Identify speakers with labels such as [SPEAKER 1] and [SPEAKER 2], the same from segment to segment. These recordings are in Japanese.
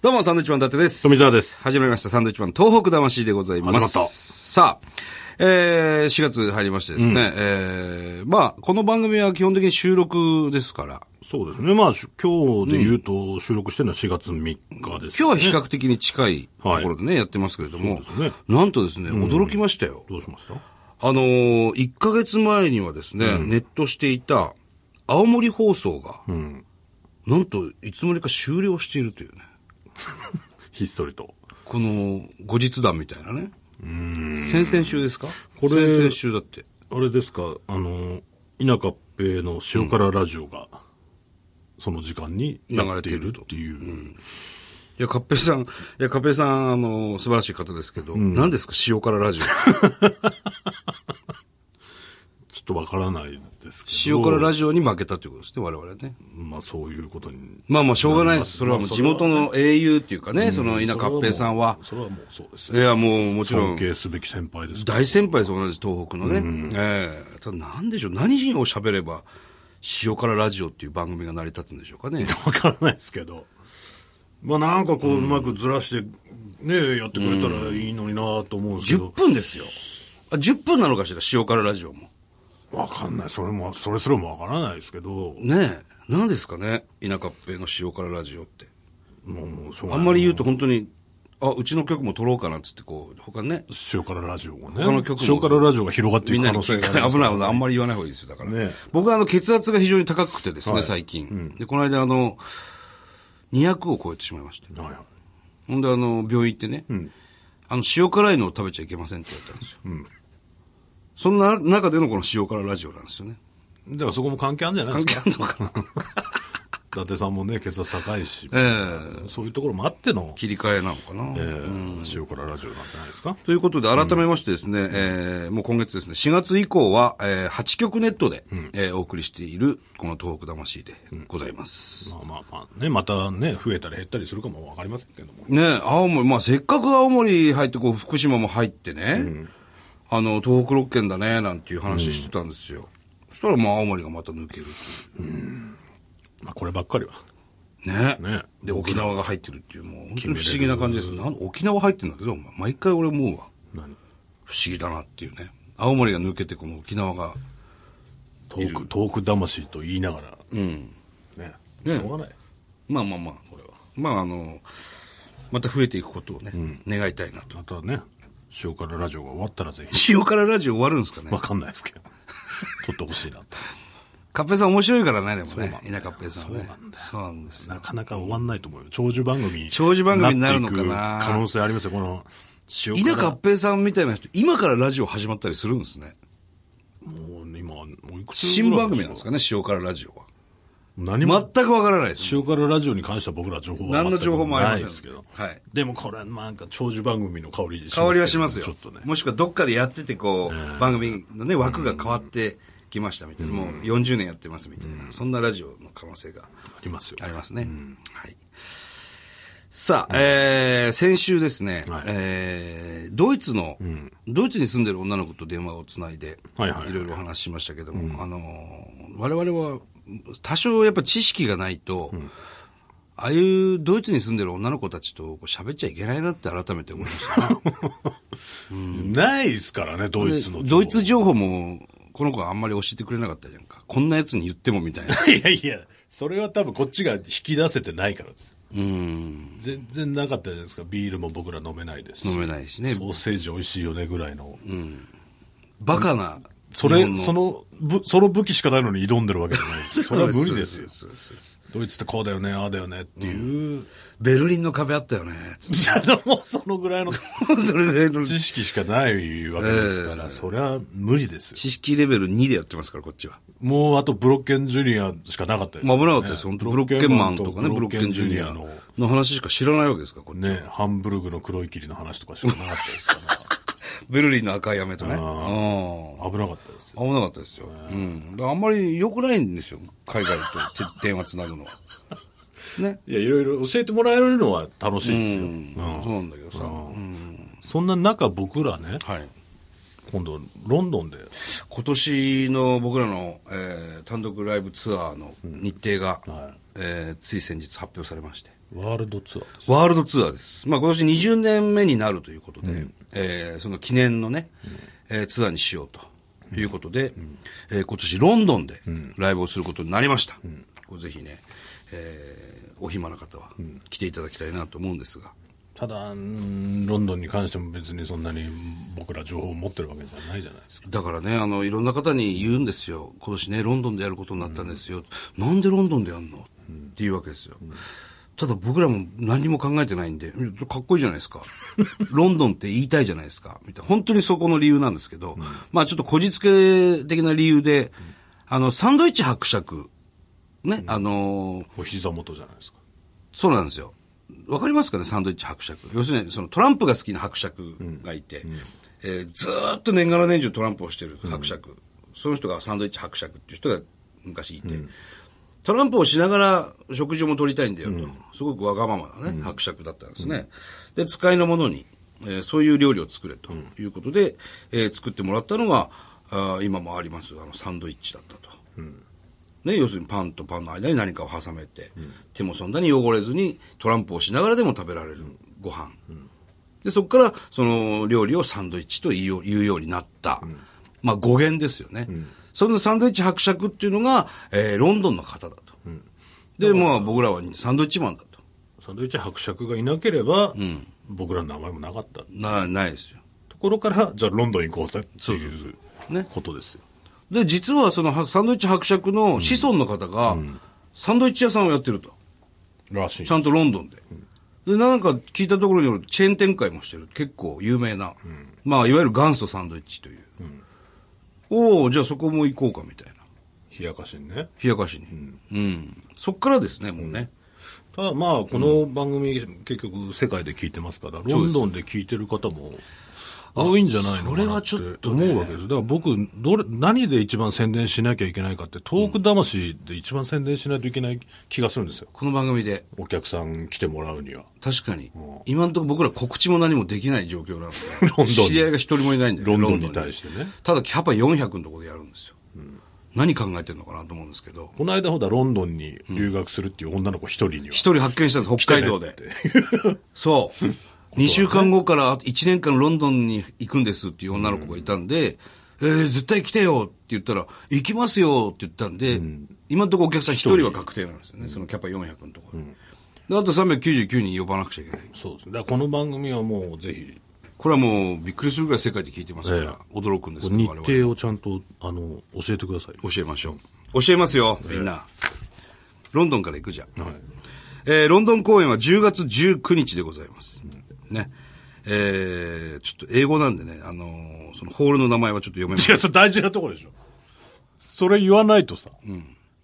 [SPEAKER 1] どうも、サンドイッチマン伊達です。
[SPEAKER 2] 富澤です。
[SPEAKER 1] 始まりました、サンドイッチマン東北魂でございます。
[SPEAKER 2] 始まった
[SPEAKER 1] さあ、えー、4月入りましてですね、えー、まあ、この番組は基本的に収録ですから、
[SPEAKER 2] そうですね。まあ、し今日で言うと、収録してるのは4月3日です、
[SPEAKER 1] 今日は比
[SPEAKER 2] ね
[SPEAKER 1] 較的に近いところでね、やってますけれども、
[SPEAKER 2] そうです
[SPEAKER 1] なんとですね、驚きましたよ。
[SPEAKER 2] どうしました
[SPEAKER 1] あのー、1ヶ月前にはですね、ネットしていた青森放送が、なんといつまでか終了しているというね、
[SPEAKER 2] ひっそりと。
[SPEAKER 1] この後日談みたいなね。先々週ですか
[SPEAKER 2] これ
[SPEAKER 1] 先々週だって。
[SPEAKER 2] あれですか、あの、稲舎っぺの塩辛ラジオが、その時間に
[SPEAKER 1] 流
[SPEAKER 2] や
[SPEAKER 1] れ
[SPEAKER 2] ってて
[SPEAKER 1] い
[SPEAKER 2] い
[SPEAKER 1] る
[SPEAKER 2] る
[SPEAKER 1] と
[SPEAKER 2] っていう。
[SPEAKER 1] いや、カッペイさん、いや、カッペイさん、あの、素晴らしい方ですけど、何ですか塩辛 ラジ
[SPEAKER 2] ちょっとわからないですけ
[SPEAKER 1] オ。
[SPEAKER 2] ど。
[SPEAKER 1] 塩辛ラジオに負けたということですね、我々ね。
[SPEAKER 2] まあ、そういうことに。
[SPEAKER 1] まあまあ、しょうがないです。それはもう
[SPEAKER 2] まあ
[SPEAKER 1] 地
[SPEAKER 2] それは
[SPEAKER 1] 元の英雄っていうかね、その稲カッペイさんは。
[SPEAKER 2] それはもうそうです
[SPEAKER 1] い。や、もう、もちろ
[SPEAKER 2] 尊
[SPEAKER 1] ん、
[SPEAKER 2] 敬すべき先輩です。
[SPEAKER 1] 大先輩です、同じ東北のね。ええただ、なんでしょう、何を喋れば、塩辛ラジオっていう番組が成り立つんでしょうかね。
[SPEAKER 2] わからないですけど。まあ、なんかこう、うまくずらして、ね、やってくれたらいいのになと思うんですけ
[SPEAKER 1] 10
[SPEAKER 2] ど。
[SPEAKER 1] 分ですよ。あ10分なのかしら、塩辛ラジオも。
[SPEAKER 2] わかんない。それも、それすらもわからないですけど。
[SPEAKER 1] ねえ、何ですかね、田舎っぺの塩辛ラジオって。
[SPEAKER 2] もう、もうしょうが
[SPEAKER 1] あ
[SPEAKER 2] ない
[SPEAKER 1] んまり言うと本当に、あ、うちの曲も撮ろうかなっつってこう、他ね、
[SPEAKER 2] 塩辛ラジオがね。
[SPEAKER 1] 他の曲も
[SPEAKER 2] 塩辛ラジオが広がって
[SPEAKER 1] み
[SPEAKER 2] い
[SPEAKER 1] ん
[SPEAKER 2] く
[SPEAKER 1] な
[SPEAKER 2] 可
[SPEAKER 1] に
[SPEAKER 2] 能性
[SPEAKER 1] 聞
[SPEAKER 2] が
[SPEAKER 1] か
[SPEAKER 2] あ
[SPEAKER 1] な
[SPEAKER 2] り
[SPEAKER 1] い
[SPEAKER 2] ます
[SPEAKER 1] 危
[SPEAKER 2] か
[SPEAKER 1] な
[SPEAKER 2] ら
[SPEAKER 1] い危ない、あんまり言わない方がいいですよ、だから。
[SPEAKER 2] ね
[SPEAKER 1] 僕はあの、血圧が非常に高くてですね、最近、で、この間あの、200を超えてしまいまして。
[SPEAKER 2] はいはい
[SPEAKER 1] ほんであの、病院行ってね、あの、塩辛いのを食べちゃいけませんって言われたんですよ。そんな中でのこの塩辛ラジオなんですよね。
[SPEAKER 2] だからそこも関係あるんじゃないで
[SPEAKER 1] 関
[SPEAKER 2] すか。
[SPEAKER 1] 係あるのかな
[SPEAKER 2] 伊達さんもね、血圧高いし、
[SPEAKER 1] ええ
[SPEAKER 2] そういうところもあっての、
[SPEAKER 1] 切り替えなのかな、
[SPEAKER 2] ええ塩辛ラジオなんじゃないですか。
[SPEAKER 1] ということで、改めましてですね、えーもう今月ですね、4月以降は、えー8曲ネットで、えーお送りしている、この東北魂でございます。
[SPEAKER 2] まあまあまあね、またね、増えたり減ったりするかもわかりませんけども。
[SPEAKER 1] ねえ青森、まあせっかく青森入って、こう、福島も入ってね、あの、東北6県だね、なんていう話してたんですよ。そしたらもう青森がまた抜けるって
[SPEAKER 2] まあこればっかりは。
[SPEAKER 1] いうね
[SPEAKER 2] ね
[SPEAKER 1] で、沖縄が入ってるっていう、もう、本当に不思議な感じです。なん沖縄入ってるんだけど、お前毎回俺思うわ。
[SPEAKER 2] 何
[SPEAKER 1] 不思議だなっていうね。青森が抜けて、この沖縄が
[SPEAKER 2] トーク、トーク魂と言いながら。ね。しょうがない。
[SPEAKER 1] まあまあまあ、これは。まああの、また増えていくことをね、願いたいなと。
[SPEAKER 2] またね、塩辛ラジオが終わったらぜひ、
[SPEAKER 1] 塩辛ラジオ終わるんですかね
[SPEAKER 2] わ。かんないです けど、撮ってほしいなと。
[SPEAKER 1] カッペさん面白いからね、でもね
[SPEAKER 2] なん。だ
[SPEAKER 1] 稲カッペさんはね。そうなんですよ。
[SPEAKER 2] なかなか終わんないと思うよ。長寿番組。
[SPEAKER 1] 長寿番組になるのかな
[SPEAKER 2] っていく可能性ありますよ、この。塩
[SPEAKER 1] 稲
[SPEAKER 2] 辛
[SPEAKER 1] カッペさんみたいな人、今からラジオ始まったりするんですね。
[SPEAKER 2] もう今、もういくつ
[SPEAKER 1] 新番組なんですかね、塩辛ラジオは。
[SPEAKER 2] 何も、
[SPEAKER 1] 全くわからないです。
[SPEAKER 2] 塩辛ラジオに関しては僕ら情報は
[SPEAKER 1] 何の情報もありません
[SPEAKER 2] 全くないですけど。
[SPEAKER 1] はい
[SPEAKER 2] でもこれはなんか長寿番組の香りしますよ
[SPEAKER 1] 変わりはしますよ。
[SPEAKER 2] ちょっとね。
[SPEAKER 1] もしくはどっかでやってて、こう、番組のね、枠が変わってきましたみたいな。もう40年やってますみたいな。そんなラジオの可能性が。
[SPEAKER 2] ありますよ
[SPEAKER 1] あ。りますね。はい。さあ、えー、先週ですね、
[SPEAKER 2] はい
[SPEAKER 1] えー、ドイツの、ドイツに住んでる女の子と電話をつないで、
[SPEAKER 2] はいはいはい
[SPEAKER 1] ろいろお話ししましたけども、あのー、我々は、多少やっぱ知識がないと、ああいうドイツに住んでる女の子たちとこう喋っちゃいけないなって改めて思いましたね、
[SPEAKER 2] ないですからね、 ドイツの。
[SPEAKER 1] でドイツ情報も、この子はあんまり教えてくれなかったじゃんか。こんなやつに言ってもみたいな。
[SPEAKER 2] いやいや、それは多分こっちが引き出せてないからです。
[SPEAKER 1] うん。
[SPEAKER 2] 全然なかったじゃないですか。ビールも僕ら飲めないですし。
[SPEAKER 1] 飲めないしね。
[SPEAKER 2] ソーセージ美味しいよねぐらいの。
[SPEAKER 1] バカな。
[SPEAKER 2] そ
[SPEAKER 1] 日
[SPEAKER 2] れ
[SPEAKER 1] 本、の
[SPEAKER 2] その、ぶ、その武器しかないのに挑んでるわけじゃないです。それは無理ですよ。
[SPEAKER 1] そうそうそうそう
[SPEAKER 2] ドイツってこうだよね、ああだよねっていう。
[SPEAKER 1] ベルリンの壁あったよね。つっ
[SPEAKER 2] じゃあもうそのぐら いの
[SPEAKER 1] て それぐらいの
[SPEAKER 2] 知識しかないわけですから、そりゃ無理ですよ。
[SPEAKER 1] 知識レベル2でやってますから、こっちは。
[SPEAKER 2] もうあとブロッケンジュニアしかなかったです
[SPEAKER 1] ま
[SPEAKER 2] よ
[SPEAKER 1] あ危
[SPEAKER 2] ね
[SPEAKER 1] なかったです。本当ブロッケンマンとかね、ブロッケンジュニア
[SPEAKER 2] の
[SPEAKER 1] の。の話しか知らないわけですから、こっちは。
[SPEAKER 2] ね、ハンブルグの黒い霧の話とかしかなかったですか
[SPEAKER 1] ベルリンの赤い雨とね。うん
[SPEAKER 2] ら、危なかったで すよ。
[SPEAKER 1] 危なかったですよ。うん。だからあんまり良くないんですよ。海外とて電話つなぐのは。 ね。
[SPEAKER 2] いや、いろいろ教えてもらえるのは楽しいですよ。うん
[SPEAKER 1] そうなんだけどさ。うん
[SPEAKER 2] そんな中僕らね、
[SPEAKER 1] はい。
[SPEAKER 2] 今度ロンドンで、
[SPEAKER 1] 今年の僕らの、えー単独ライブツアーの日程が、えーつい先日発表されまして。
[SPEAKER 2] ワールドツアーです。
[SPEAKER 1] ワールドツアーです。まあ、今年20年目になるということで、えーその記念のね、えーツアーにしようということで、えー今年ロンドンでライブをすることになりました。これぜひね、えーお暇な方は来ていただきたいなと思うんですが。
[SPEAKER 2] ただ、うんロンドンに関しても別にそんなに僕ら情報を持ってるわけじゃないじゃないですか。
[SPEAKER 1] だからね、あの、いろんな方に言うんですよ。今年ね、ロンドンでやることになったんですよ。なんでロンドンでやるのっていうわけですよ。ただ僕らも何も考えてないんで、いやかっこいいじゃないですか。ロンドンって言いたいじゃないですか。みたいな本当にそこの理由なんですけど、まあちょっとこじつけ的な理由で、あの、サンドイッチ伯爵、ね、あのー
[SPEAKER 2] お膝元じゃないですか。
[SPEAKER 1] そうなんですよ。わかりますかね、サンドイッチ伯爵。要するに、そのトランプが好きな伯爵がいて、えーずーっと年がら年中トランプをしてる伯爵。その人がサンドイッチ伯爵っていう人が昔いて、トランプをしながら食事も取りたいんだよと。すごくわがままなね、伯爵だったんですね。で、使いのものに、えーそういう料理を作れということで、えー作ってもらったのが、あー今もあります、あの、サンドイッチだったと。ね、要するにパンとパンの間に何かを挟めて、手もそんなに汚れずにトランプをしながらでも食べられるご飯。で、そこからその料理をサンドイッチと言うよ言うようになった。まあ語源ですよね。そのサンドイッチ伯爵っていうのが、えーロンドンの方だと。で、まあ僕らはサンドイッチマンだと。
[SPEAKER 2] サンドイッチ伯爵がいなければ、僕らの名前もなかった
[SPEAKER 1] な、ないですよ。
[SPEAKER 2] ところから、じゃあロンドン行こうぜっていう
[SPEAKER 1] ね
[SPEAKER 2] ことですよ。
[SPEAKER 1] で、実はそのはサンドイッチ伯爵の子孫の方が、サンドイッチ屋さんをやってると。
[SPEAKER 2] らしい
[SPEAKER 1] ちゃんとロンドンで。で、なんか聞いたところによるとチェーン展開もしてる。結構有名な。まあ、いわゆる元祖サンドイッチという。おおじゃあそこも行こうか、みたいな。
[SPEAKER 2] 冷やかしにね。
[SPEAKER 1] 冷やかしに。うん。そっからですね、もうね。
[SPEAKER 2] ただまあ、この番組、結局世界で聞いてますから、ロンドンで聞いてる方も多いんじゃないのかなって
[SPEAKER 1] それはちょっとね
[SPEAKER 2] 思うわけです。だから僕、どれ、何で一番宣伝しなきゃいけないかって、トーク魂で一番宣伝しないといけない気がするんですよ。
[SPEAKER 1] この番組で。
[SPEAKER 2] お客さん来てもらうには。
[SPEAKER 1] 確かに。今のところ僕ら告知も何もできない状況なので。
[SPEAKER 2] ロンドンに
[SPEAKER 1] 知り合いが一人もいないんで、
[SPEAKER 2] ロンドンに対してね。
[SPEAKER 1] ただキャパ400のところでやるんですよ。何考えてるのかなと思うんですけど。
[SPEAKER 2] この間ほら、ロンドンに留学するっていう女の子一人には。
[SPEAKER 1] 一人発見したんです、北海道で。そう。2週 間後から1年間ロンドンに行くんですっていう女の子がいたんで、えー、絶対来てよって言ったら、行きますよって言ったんで、今のところお客さん1人は確定なんですよね、そのキャパ400のところ、であと399人呼ばなくちゃいけない。
[SPEAKER 2] そうですね。だからこの番組はもうぜひ、
[SPEAKER 1] これはもうびっくりするぐらい世界で聞いてますから、驚くんですけど
[SPEAKER 2] 日
[SPEAKER 1] 我々
[SPEAKER 2] 程をちゃんと、あの、教えてください。
[SPEAKER 1] 教えましょう。教えますよ、みんな。ロンドンから行くじゃん。えーロンドン公演は10月19日でございます。ね。えー、ちょっと英語なんでね、あのーそのホールの名前はちょっと読めま
[SPEAKER 2] い
[SPEAKER 1] せ
[SPEAKER 2] や、それ大事なところでしょ。それ言わないとさ。
[SPEAKER 1] ん。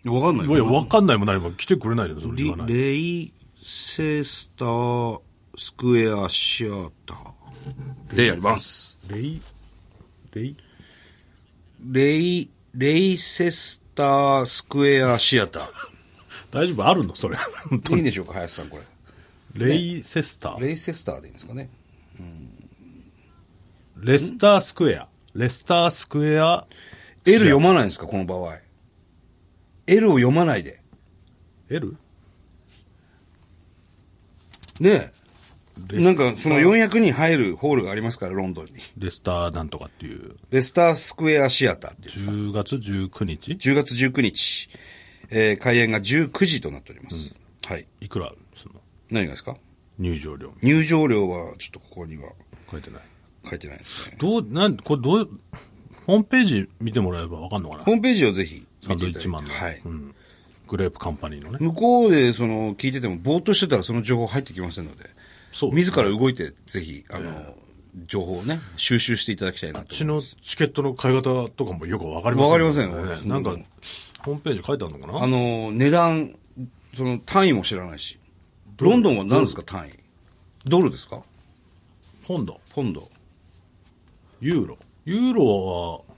[SPEAKER 1] わかんない
[SPEAKER 2] いや、
[SPEAKER 1] よ。
[SPEAKER 2] わかんないも何も来てくれないよ、それ言
[SPEAKER 1] リ
[SPEAKER 2] わない。
[SPEAKER 1] レイセスタースクエアシアターでやります。
[SPEAKER 2] レイ、レイ
[SPEAKER 1] レイ、レイセスタースクエアシアタ
[SPEAKER 2] 大丈夫あるのそれ。本当
[SPEAKER 1] ー。いい
[SPEAKER 2] に。
[SPEAKER 1] んでしょうか、林さん、これ。
[SPEAKER 2] レイセスター。
[SPEAKER 1] レイセスターでいいんですかね。
[SPEAKER 2] レスタースクエア。レスタースクエア。
[SPEAKER 1] L 読まないんですか、この場合。L を読まないで。
[SPEAKER 2] L?
[SPEAKER 1] ねえ。
[SPEAKER 2] レ
[SPEAKER 1] なんか、その400人入るホールがありますから、ロンドンに。
[SPEAKER 2] レスターなんとかっていう。
[SPEAKER 1] レスタースクエアシアターっていう。
[SPEAKER 2] 10月19日
[SPEAKER 1] 10月19日、えー開演が19時となっております。はい。
[SPEAKER 2] いくらその
[SPEAKER 1] 何がですか
[SPEAKER 2] 入場料
[SPEAKER 1] 入場料は、ちょっとここには
[SPEAKER 2] 書いてない。
[SPEAKER 1] 書いてないですね。
[SPEAKER 2] どう、なん、これどう、ホームページ見てもらえばわかんのかな
[SPEAKER 1] ホームページをぜひ
[SPEAKER 2] サン
[SPEAKER 1] 見
[SPEAKER 2] ド
[SPEAKER 1] ていただ
[SPEAKER 2] イッ
[SPEAKER 1] い
[SPEAKER 2] チ
[SPEAKER 1] て。
[SPEAKER 2] マンの。
[SPEAKER 1] はい。
[SPEAKER 2] うん。グレープカンパニーのね。
[SPEAKER 1] 向こうで、その、聞いてても、ぼーっとしてたらその情報入ってきませんので、
[SPEAKER 2] そう。
[SPEAKER 1] 自ら動いて、ぜひ、あの、情報をね、収集していただきたいな
[SPEAKER 2] あっ
[SPEAKER 1] と。
[SPEAKER 2] ちのチケットの買い方とかもよくわかりません、
[SPEAKER 1] わかりませんよ
[SPEAKER 2] ねなんか、ホームページ書いてあるのかな
[SPEAKER 1] あの、値段、その単位も知らないし。ロンドンは何ですか、単位。ドルですか
[SPEAKER 2] ポンド、
[SPEAKER 1] ポンド、
[SPEAKER 2] ユーロ。ユーロは、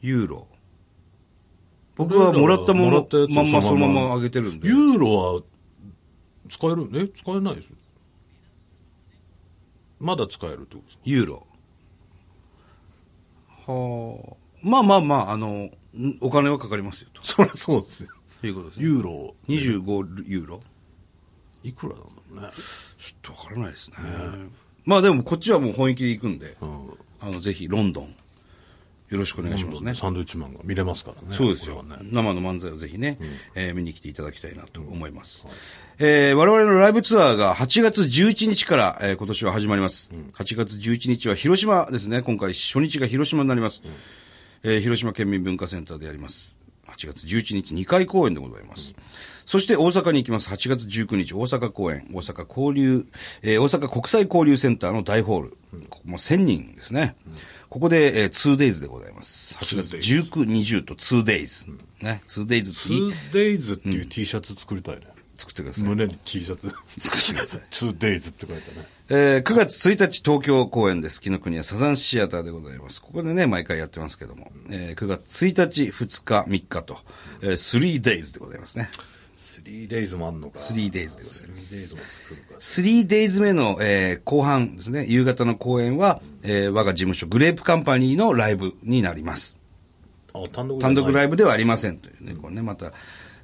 [SPEAKER 1] ユーロ。僕はもらったも
[SPEAKER 2] もらったや
[SPEAKER 1] の
[SPEAKER 2] つを
[SPEAKER 1] まんまそ
[SPEAKER 2] そのま
[SPEAKER 1] の
[SPEAKER 2] ま
[SPEAKER 1] まま上げてるんで。
[SPEAKER 2] ユーロは、使える、え使えないですまだ使えるってことですか
[SPEAKER 1] ユーロ。はあ。まあまあまあ、あの、 んお金はかかりますよ、と
[SPEAKER 2] そりゃそうですよ。
[SPEAKER 1] いうことですね。
[SPEAKER 2] ユーロ、
[SPEAKER 1] 25ユーロ
[SPEAKER 2] いくらなんだろうね。
[SPEAKER 1] ちょっとわからないですね。まあでもこっちはもう本域で行くんで、
[SPEAKER 2] ん
[SPEAKER 1] あの、ぜひロンドン、よろしくお願いしますね。
[SPEAKER 2] サンドイッチマンが見れますからね。
[SPEAKER 1] そうですよ
[SPEAKER 2] これは。ね
[SPEAKER 1] 生の漫才をぜひね、えー見に来ていただきたいなと思います。えー我々のライブツアーが8月11日から、えー今年は始まります。8月11日は広島ですね。今回初日が広島になります。えー広島県民文化センターでやります。8月11日2回公演でございます。そして大阪に行きます。8月19日大阪公演、大阪交流、えー大阪国際交流センターの大ホール。ここも1000人ですね。ここで、えー、2days でございます。8月19、20と 2days。ね、2days っていい
[SPEAKER 2] 2days っていう T シャツ作りたいね。
[SPEAKER 1] 作ってください。
[SPEAKER 2] 胸に T シャツ。
[SPEAKER 1] 作ってください。
[SPEAKER 2] 2days って書いてね。
[SPEAKER 1] えー9月1日東京公演です。紀の国屋サザンシアターでございます。ここでね、毎回やってますけども。えー9月1日、2日、3日と、えー、3days でございますね。
[SPEAKER 2] 3days もあんのか。
[SPEAKER 1] 3days でございます。
[SPEAKER 2] 3days も作るか。
[SPEAKER 1] 3days 目の、えー後半ですね、夕方の公演は、えー我が事務所グレープカンパニーのライブになります。
[SPEAKER 2] あ、単独
[SPEAKER 1] 単独ライ
[SPEAKER 2] ブ。
[SPEAKER 1] ブではありませんというね、これね、また、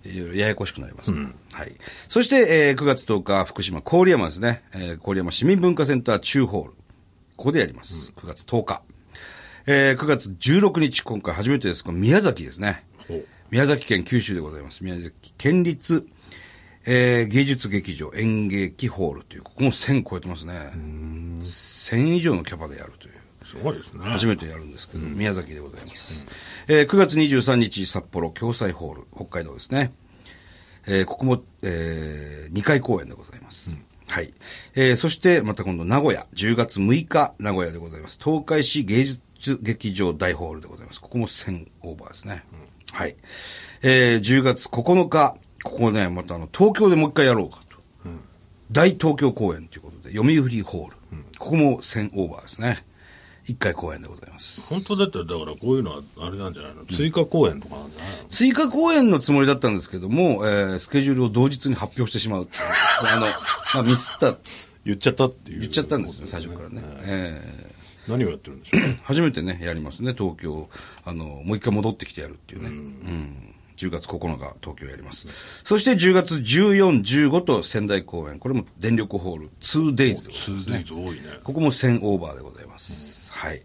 [SPEAKER 1] いろいろややこしくなります、はい。そして、えー9月10日、福島郡山ですね、えー郡山市民文化センター中ホール。ここでやります。9月10日。えー9月16日、今回初めてです。これ宮崎ですね
[SPEAKER 2] ほう。
[SPEAKER 1] 宮崎県九州でございます。宮崎県立、えー芸術劇場演劇ホールという、ここも1000超えてますね。1000以上のキャパでやるという。
[SPEAKER 2] すごいですね。
[SPEAKER 1] 初めてやるんですけど、宮崎でございます。えー9月23日、札幌共済ホール、北海道ですね。えーここも、え2回公演でございます。はい。えーそして、また今度、名古屋、10月6日、名古屋でございます。東海市芸術劇場大ホールでございます。ここも1000オーバーですね。はい。えー10月9日、ここね、またあの、東京でもう一回やろうかと。大東京公演ということで、読売ホール。ここも1000オーバーですね。1回公演でございます。
[SPEAKER 2] 本当だったら、だからこういうのはあれなんじゃないの追加公演とかなんじゃないの
[SPEAKER 1] 追加公演のつもりだったんですけども、えースケジュールを同日に発表してしまうっていう あの、まあ、ミスった、
[SPEAKER 2] 言っちゃったっていう。
[SPEAKER 1] 言っちゃったんですよ、最初からね。え
[SPEAKER 2] 何をやってるんでしょう
[SPEAKER 1] ー初めてね、やりますね、東京。あの、もう一回戻ってきてやるっていうね。うん10月9日、東京やります。そして10月14、15と仙台公演。これも電力ホール 2days でございます。
[SPEAKER 2] 2days 多いね。
[SPEAKER 1] ここも1000オーバーでございます。はい。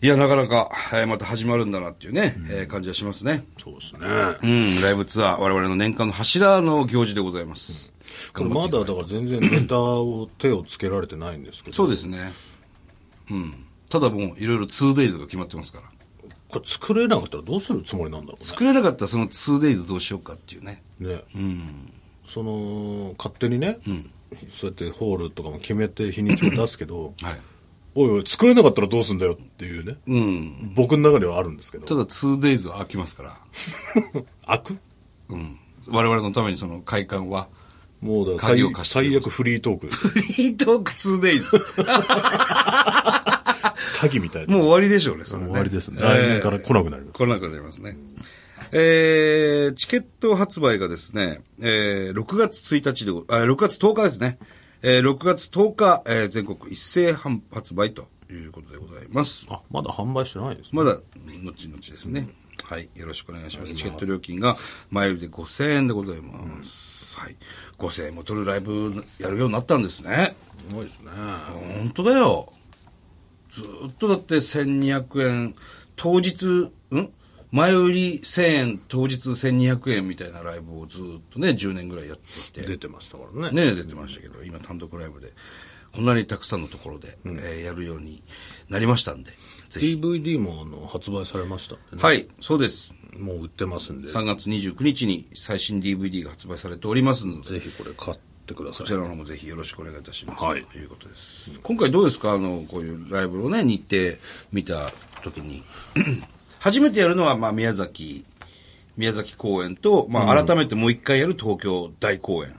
[SPEAKER 1] いや、なかなか、えーまた始まるんだなっていうね、えー感じはしますね。
[SPEAKER 2] そうですね。
[SPEAKER 1] うん、ライブツアー、我々の年間の柱の行事でございます。
[SPEAKER 2] これ
[SPEAKER 1] 頑張っ
[SPEAKER 2] ま
[SPEAKER 1] て
[SPEAKER 2] だだから全然ネタを手をつけられてないんですけど。
[SPEAKER 1] そうですね。うん。ただもう、いろいろ 2days が決まってますから。
[SPEAKER 2] これ作れなかったらどうするつもりなんだろ
[SPEAKER 1] 作れなかったらその 2days どうしようかっていうね。
[SPEAKER 2] うね。ね。その、勝手にね、そうやってホールとかも決めて日にちを出すけど、
[SPEAKER 1] はい。
[SPEAKER 2] おいおい、作れなかったらどうすんだよっていうね、
[SPEAKER 1] うん。
[SPEAKER 2] 僕の中ではあるんですけ
[SPEAKER 1] た
[SPEAKER 2] ど、
[SPEAKER 1] だ 2days は空きますから。
[SPEAKER 2] 開く
[SPEAKER 1] うん。我々のためにその会館は。
[SPEAKER 2] もうだから
[SPEAKER 1] 鍵を
[SPEAKER 2] 最
[SPEAKER 1] 貸して
[SPEAKER 2] 最悪フリートークです よ
[SPEAKER 1] フリートーク 2days。
[SPEAKER 2] 詐欺みたい な。
[SPEAKER 1] もう終わりでしょうね、それね。
[SPEAKER 2] 終わりですね。
[SPEAKER 1] えー
[SPEAKER 2] 来年から来なくなる。
[SPEAKER 1] これなんか出ますね。えー、チケット発売がですね、えー、6月1日でご、あ、6月10日ですね。えー、6月10日、えー全国一斉販発売ということでございます。
[SPEAKER 2] あ、まだ販売してないですね。
[SPEAKER 1] まだ、後々ですね。はい。よろしくお願いします。チケット料金が、前よりで5000円でございます。はい。5000円も取るライブやるようになったんですね。
[SPEAKER 2] すごいですね。
[SPEAKER 1] 本当だよ。ずーっとだって1200円、当日、ん前売り1000円、当日1200円みたいなライブをずーっとね、10年ぐらいやってきて。
[SPEAKER 2] 出てましたからね。
[SPEAKER 1] ね、出てましたけど、今単独ライブで、こんなにたくさんのところで、えーやるようになりましたんで、ぜひ。
[SPEAKER 2] DVD もあの発売されましたんでね。
[SPEAKER 1] はい、そうです。
[SPEAKER 2] もう売ってますんで、ぜ
[SPEAKER 1] 3月29日に最新 DVD が発売されておりますので、
[SPEAKER 2] ひこれ買ってくださ
[SPEAKER 1] こ
[SPEAKER 2] い
[SPEAKER 1] ち。らの方もぜひよろしくお願いいたします。
[SPEAKER 2] はい
[SPEAKER 1] ということです。今回どうですかあの、こういうライブをね、日程見た時に。 初めてやるのは、まあ、宮崎、宮崎公演と、まあ、改めてもう一回やる東京大公演。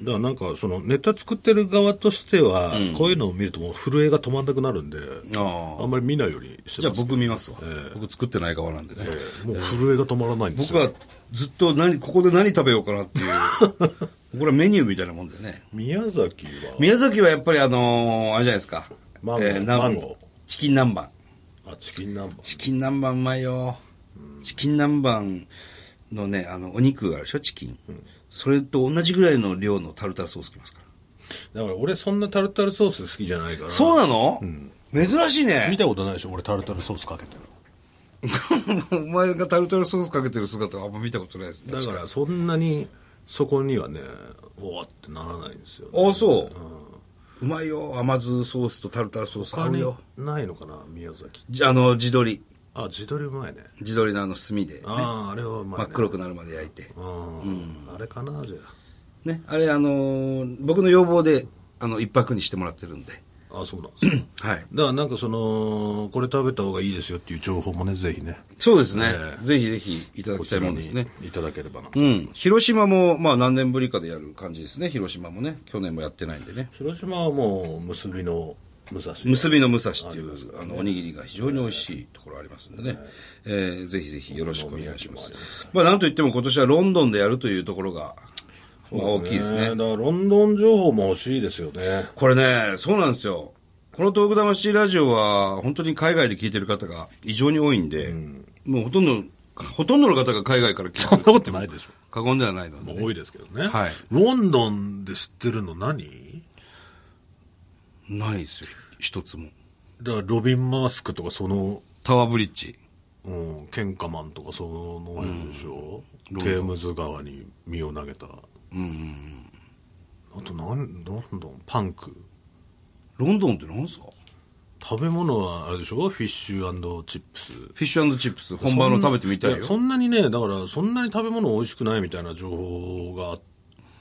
[SPEAKER 2] だからなんかそのネタ作ってる側としては、こういうのを見るともう震えが止まんなくなるんで、
[SPEAKER 1] ああ
[SPEAKER 2] あんまり見ないようにして
[SPEAKER 1] じゃあ
[SPEAKER 2] ます。
[SPEAKER 1] 僕見ますわ。僕作ってない側なんでね。
[SPEAKER 2] もう震えが止まらないんです
[SPEAKER 1] 僕
[SPEAKER 2] よ。
[SPEAKER 1] はずっと何、ここで何食べようかなって いう。これはメニューみたいなもんだよね。
[SPEAKER 2] 宮崎は、
[SPEAKER 1] 宮崎はやっぱりあのーあれじゃないですか。
[SPEAKER 2] マンゴー
[SPEAKER 1] 南
[SPEAKER 2] マンゴー
[SPEAKER 1] チキン南蛮。
[SPEAKER 2] あ、チキン南蛮。
[SPEAKER 1] チキン南蛮うまいよ。チキン南蛮のね、あの、お肉あるでしょ、チキン。それと同じぐらいの量のタルタルソースきますから。
[SPEAKER 2] だから俺そんなタルタルソース好きじゃないから。
[SPEAKER 1] そうなの、珍しい
[SPEAKER 2] 見
[SPEAKER 1] ね。
[SPEAKER 2] たことないでしょ俺タルタルソースかけてる
[SPEAKER 1] お前がタルタルソースかけてる姿はあんま見たことないですね。
[SPEAKER 2] だからそんなに、そこにはね、おおってならないんですよ、ね。
[SPEAKER 1] あそう、うまいよ。甘酢ソースとタルタルソース合
[SPEAKER 2] 他
[SPEAKER 1] う
[SPEAKER 2] に
[SPEAKER 1] よ。
[SPEAKER 2] ないのかな宮崎。
[SPEAKER 1] じあの、地鶏。
[SPEAKER 2] あ、自撮りうまいね。
[SPEAKER 1] 地鶏のあの炭で、ね、
[SPEAKER 2] ああ、あれはうまい、
[SPEAKER 1] 真
[SPEAKER 2] ね。
[SPEAKER 1] っ黒くなるまで焼いて。
[SPEAKER 2] うん。あれかなじゃ
[SPEAKER 1] ね、あれあのー僕の要望で、あの、一泊にしてもらってるんで。
[SPEAKER 2] あ。あ、そうなんですか。
[SPEAKER 1] はい。
[SPEAKER 2] だからなんかその、これ食べた方がいいですよっていう情報もね、ぜひね。
[SPEAKER 1] そうですね。
[SPEAKER 2] ええ
[SPEAKER 1] ぜひぜひいただ
[SPEAKER 2] こ
[SPEAKER 1] き
[SPEAKER 2] ち
[SPEAKER 1] たい
[SPEAKER 2] ら
[SPEAKER 1] もん
[SPEAKER 2] に
[SPEAKER 1] ですね。
[SPEAKER 2] いただければな。
[SPEAKER 1] うん。広島も、まあ何年ぶりかでやる感じですね。広島もね。去年もやってないんでね。
[SPEAKER 2] 広島はもう、結びの武蔵。
[SPEAKER 1] 結びの武蔵っていう、あの、おにぎりが非常に美味しいところありますんでね。えーぜひぜひよろしくお願いします。まあ、なんといっても今年はロンドンでやるというところが、まあ、大きいです
[SPEAKER 2] だ
[SPEAKER 1] ね
[SPEAKER 2] か。らロンドン情報も欲しいですよね。
[SPEAKER 1] これね、そうなんですよ。このトーク魂ラジオは、本当に海外で聞いてる方が異常に多いんで、もうほとんど、ほとんどの方が海外から聞いて
[SPEAKER 2] そん
[SPEAKER 1] る
[SPEAKER 2] な。ことないでしょ。
[SPEAKER 1] 過言ではないの で、ね。
[SPEAKER 2] 多いですけどね。
[SPEAKER 1] はい
[SPEAKER 2] ロンドンで知ってるの何
[SPEAKER 1] ないですよ。一つも。
[SPEAKER 2] だからロビン・マスクとかその、
[SPEAKER 1] タワーブリッジ。
[SPEAKER 2] うん、ケンカマンとかその辺でしょ、テームズ川に身を投げた。あとなん、ロンドン、パンク。
[SPEAKER 1] ロンドンって何ですか
[SPEAKER 2] 食べ物はあれでしょフィッシュチップス。
[SPEAKER 1] フィッシュチップス、本場の食べてみたい
[SPEAKER 2] や
[SPEAKER 1] よ。
[SPEAKER 2] そんなにね、だからそんなに食べ物美味しくないみたいな情報が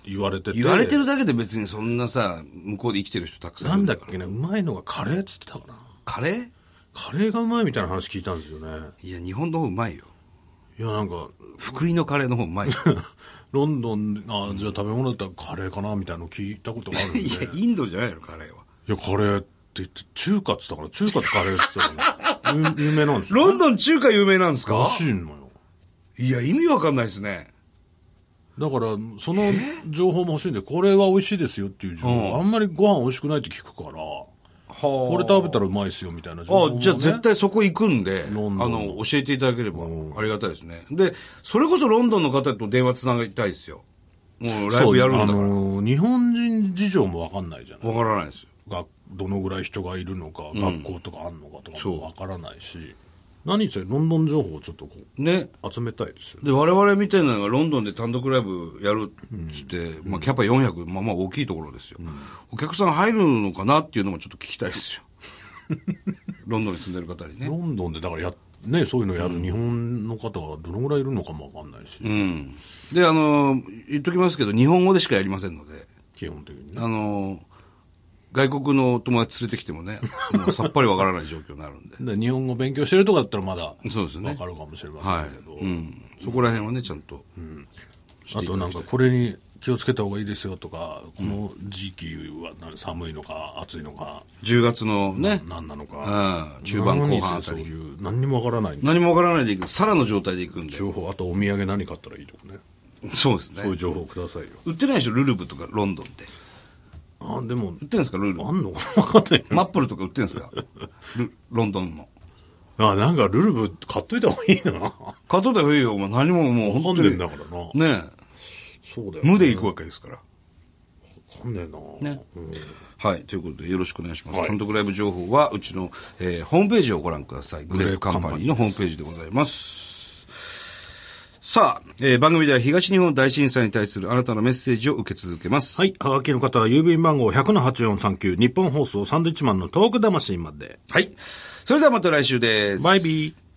[SPEAKER 2] 言われてて。
[SPEAKER 1] 言われてるだけで別にそんなさ、向こうで生きてる人たくさんい
[SPEAKER 2] な
[SPEAKER 1] る
[SPEAKER 2] んだっ
[SPEAKER 1] から
[SPEAKER 2] けね、うまいのがカレーっつってたかな。
[SPEAKER 1] カレー
[SPEAKER 2] カレーがうまいみたいな話聞いたんですよね。
[SPEAKER 1] いや、日本の方うまいよ。
[SPEAKER 2] いや、な んか、
[SPEAKER 1] 福井のカレーの方うまいよ。
[SPEAKER 2] ロンドン、あじゃあ食べ物だったらカレーかなみたいなの聞いたことがあるんで。
[SPEAKER 1] い
[SPEAKER 2] い
[SPEAKER 1] や、インドじゃないの、カレーは。
[SPEAKER 2] や、カレーって言って、中華っつったから、中華とカレーっつったから、 有有名なんですよ。
[SPEAKER 1] ロンドン中華有名なんです
[SPEAKER 2] ら
[SPEAKER 1] か
[SPEAKER 2] しいのよ。
[SPEAKER 1] いや、意味わかんないですね。
[SPEAKER 2] だから、その情報も欲しいんで、これは美味しいですよっていう情報、あんまりご飯美味しくないって聞くから、こ
[SPEAKER 1] はあ。
[SPEAKER 2] れ食べたらうまいですよみたいな情報も、
[SPEAKER 1] あ
[SPEAKER 2] ね。
[SPEAKER 1] じゃあ絶対そこ行くんで、あ
[SPEAKER 2] ロンドン
[SPEAKER 1] の、教えていただければありがたいですね。で、それこそロンドンの方と電話つなぎたいですよ。もうライブやるんだか
[SPEAKER 2] そうあ
[SPEAKER 1] ら。
[SPEAKER 2] のー日本人事情もわかんないじゃない。
[SPEAKER 1] わからないですよ。
[SPEAKER 2] がどのぐらい人がいるのか、学校とかあんのかとかもわからないし、何せロンドン情報をちょっとこ
[SPEAKER 1] ね。
[SPEAKER 2] う集めたいですよね。
[SPEAKER 1] で、我々みたいなのがロンドンで単独ライブやるっつって、まあキャパ400、まあまあ大きいところですよ。お客さん入るのかなっていうのもちょっと聞きたいですよ。ロンドンに住んでる方にね
[SPEAKER 2] ロ。ンドンでだからや、ね、そういうのやる日本の方がどのぐらいいるのかもわかんないし、
[SPEAKER 1] うん。で、あの、言っときますけど、日本語でしかやりませんので、
[SPEAKER 2] 基本的にね。
[SPEAKER 1] あの、外国のお友達連れてきてもね、も うさっぱりわからない状況になるんで。
[SPEAKER 2] で日本語勉強してるとかだったらまだわ
[SPEAKER 1] そうですよね
[SPEAKER 2] かるかもしれま
[SPEAKER 1] は
[SPEAKER 2] せ
[SPEAKER 1] い
[SPEAKER 2] んけど、。
[SPEAKER 1] うん。そこら辺はね、ちゃんと。
[SPEAKER 2] あとなんかこれに気をつけた方がいいですよとか、この時期は何寒いのか暑いのか、
[SPEAKER 1] 10月のね、
[SPEAKER 2] 何なのか、
[SPEAKER 1] うん中盤後半あたり
[SPEAKER 2] 何にせよそういう何にもわからないんで
[SPEAKER 1] 何もわからないでいく、さらの状態でいくんで。
[SPEAKER 2] 情報、あとお土産何買ったらいいとかね。
[SPEAKER 1] そうですね
[SPEAKER 2] そういう。情報くださいよ。
[SPEAKER 1] 売ってないでしょ、ルルブとかロンドンって。
[SPEAKER 2] あ、でも
[SPEAKER 1] 売っ、てんですか、ルル
[SPEAKER 2] あ
[SPEAKER 1] ブ。
[SPEAKER 2] んのかなわかんない
[SPEAKER 1] マップルとか売ってんですか、ルロンドンの。
[SPEAKER 2] な。あ、なんかルルブ買っといた方がいいな。
[SPEAKER 1] 買っといた方がいいよ、お前何ももう
[SPEAKER 2] わ
[SPEAKER 1] 本
[SPEAKER 2] か
[SPEAKER 1] 当
[SPEAKER 2] んねえん
[SPEAKER 1] に。
[SPEAKER 2] だからな。
[SPEAKER 1] ねえ
[SPEAKER 2] そうだよ、
[SPEAKER 1] 無で行くわけですから。
[SPEAKER 2] わかんねえな。
[SPEAKER 1] ねはい。ということで、よろしくお願いします。
[SPEAKER 2] はい
[SPEAKER 1] 単独ライブ情報は、うちの、えーホームページをご覧ください。グレープカンパニーのホームページでございます。さあ、えー番組では東日本大震災に対するあなたのメッセージを受け続けます。
[SPEAKER 2] はい。はがきの方は郵便番号100-8439日本放送サンドイッチマンのトーク魂まで。
[SPEAKER 1] はい。それではまた来週です。
[SPEAKER 2] バイビー。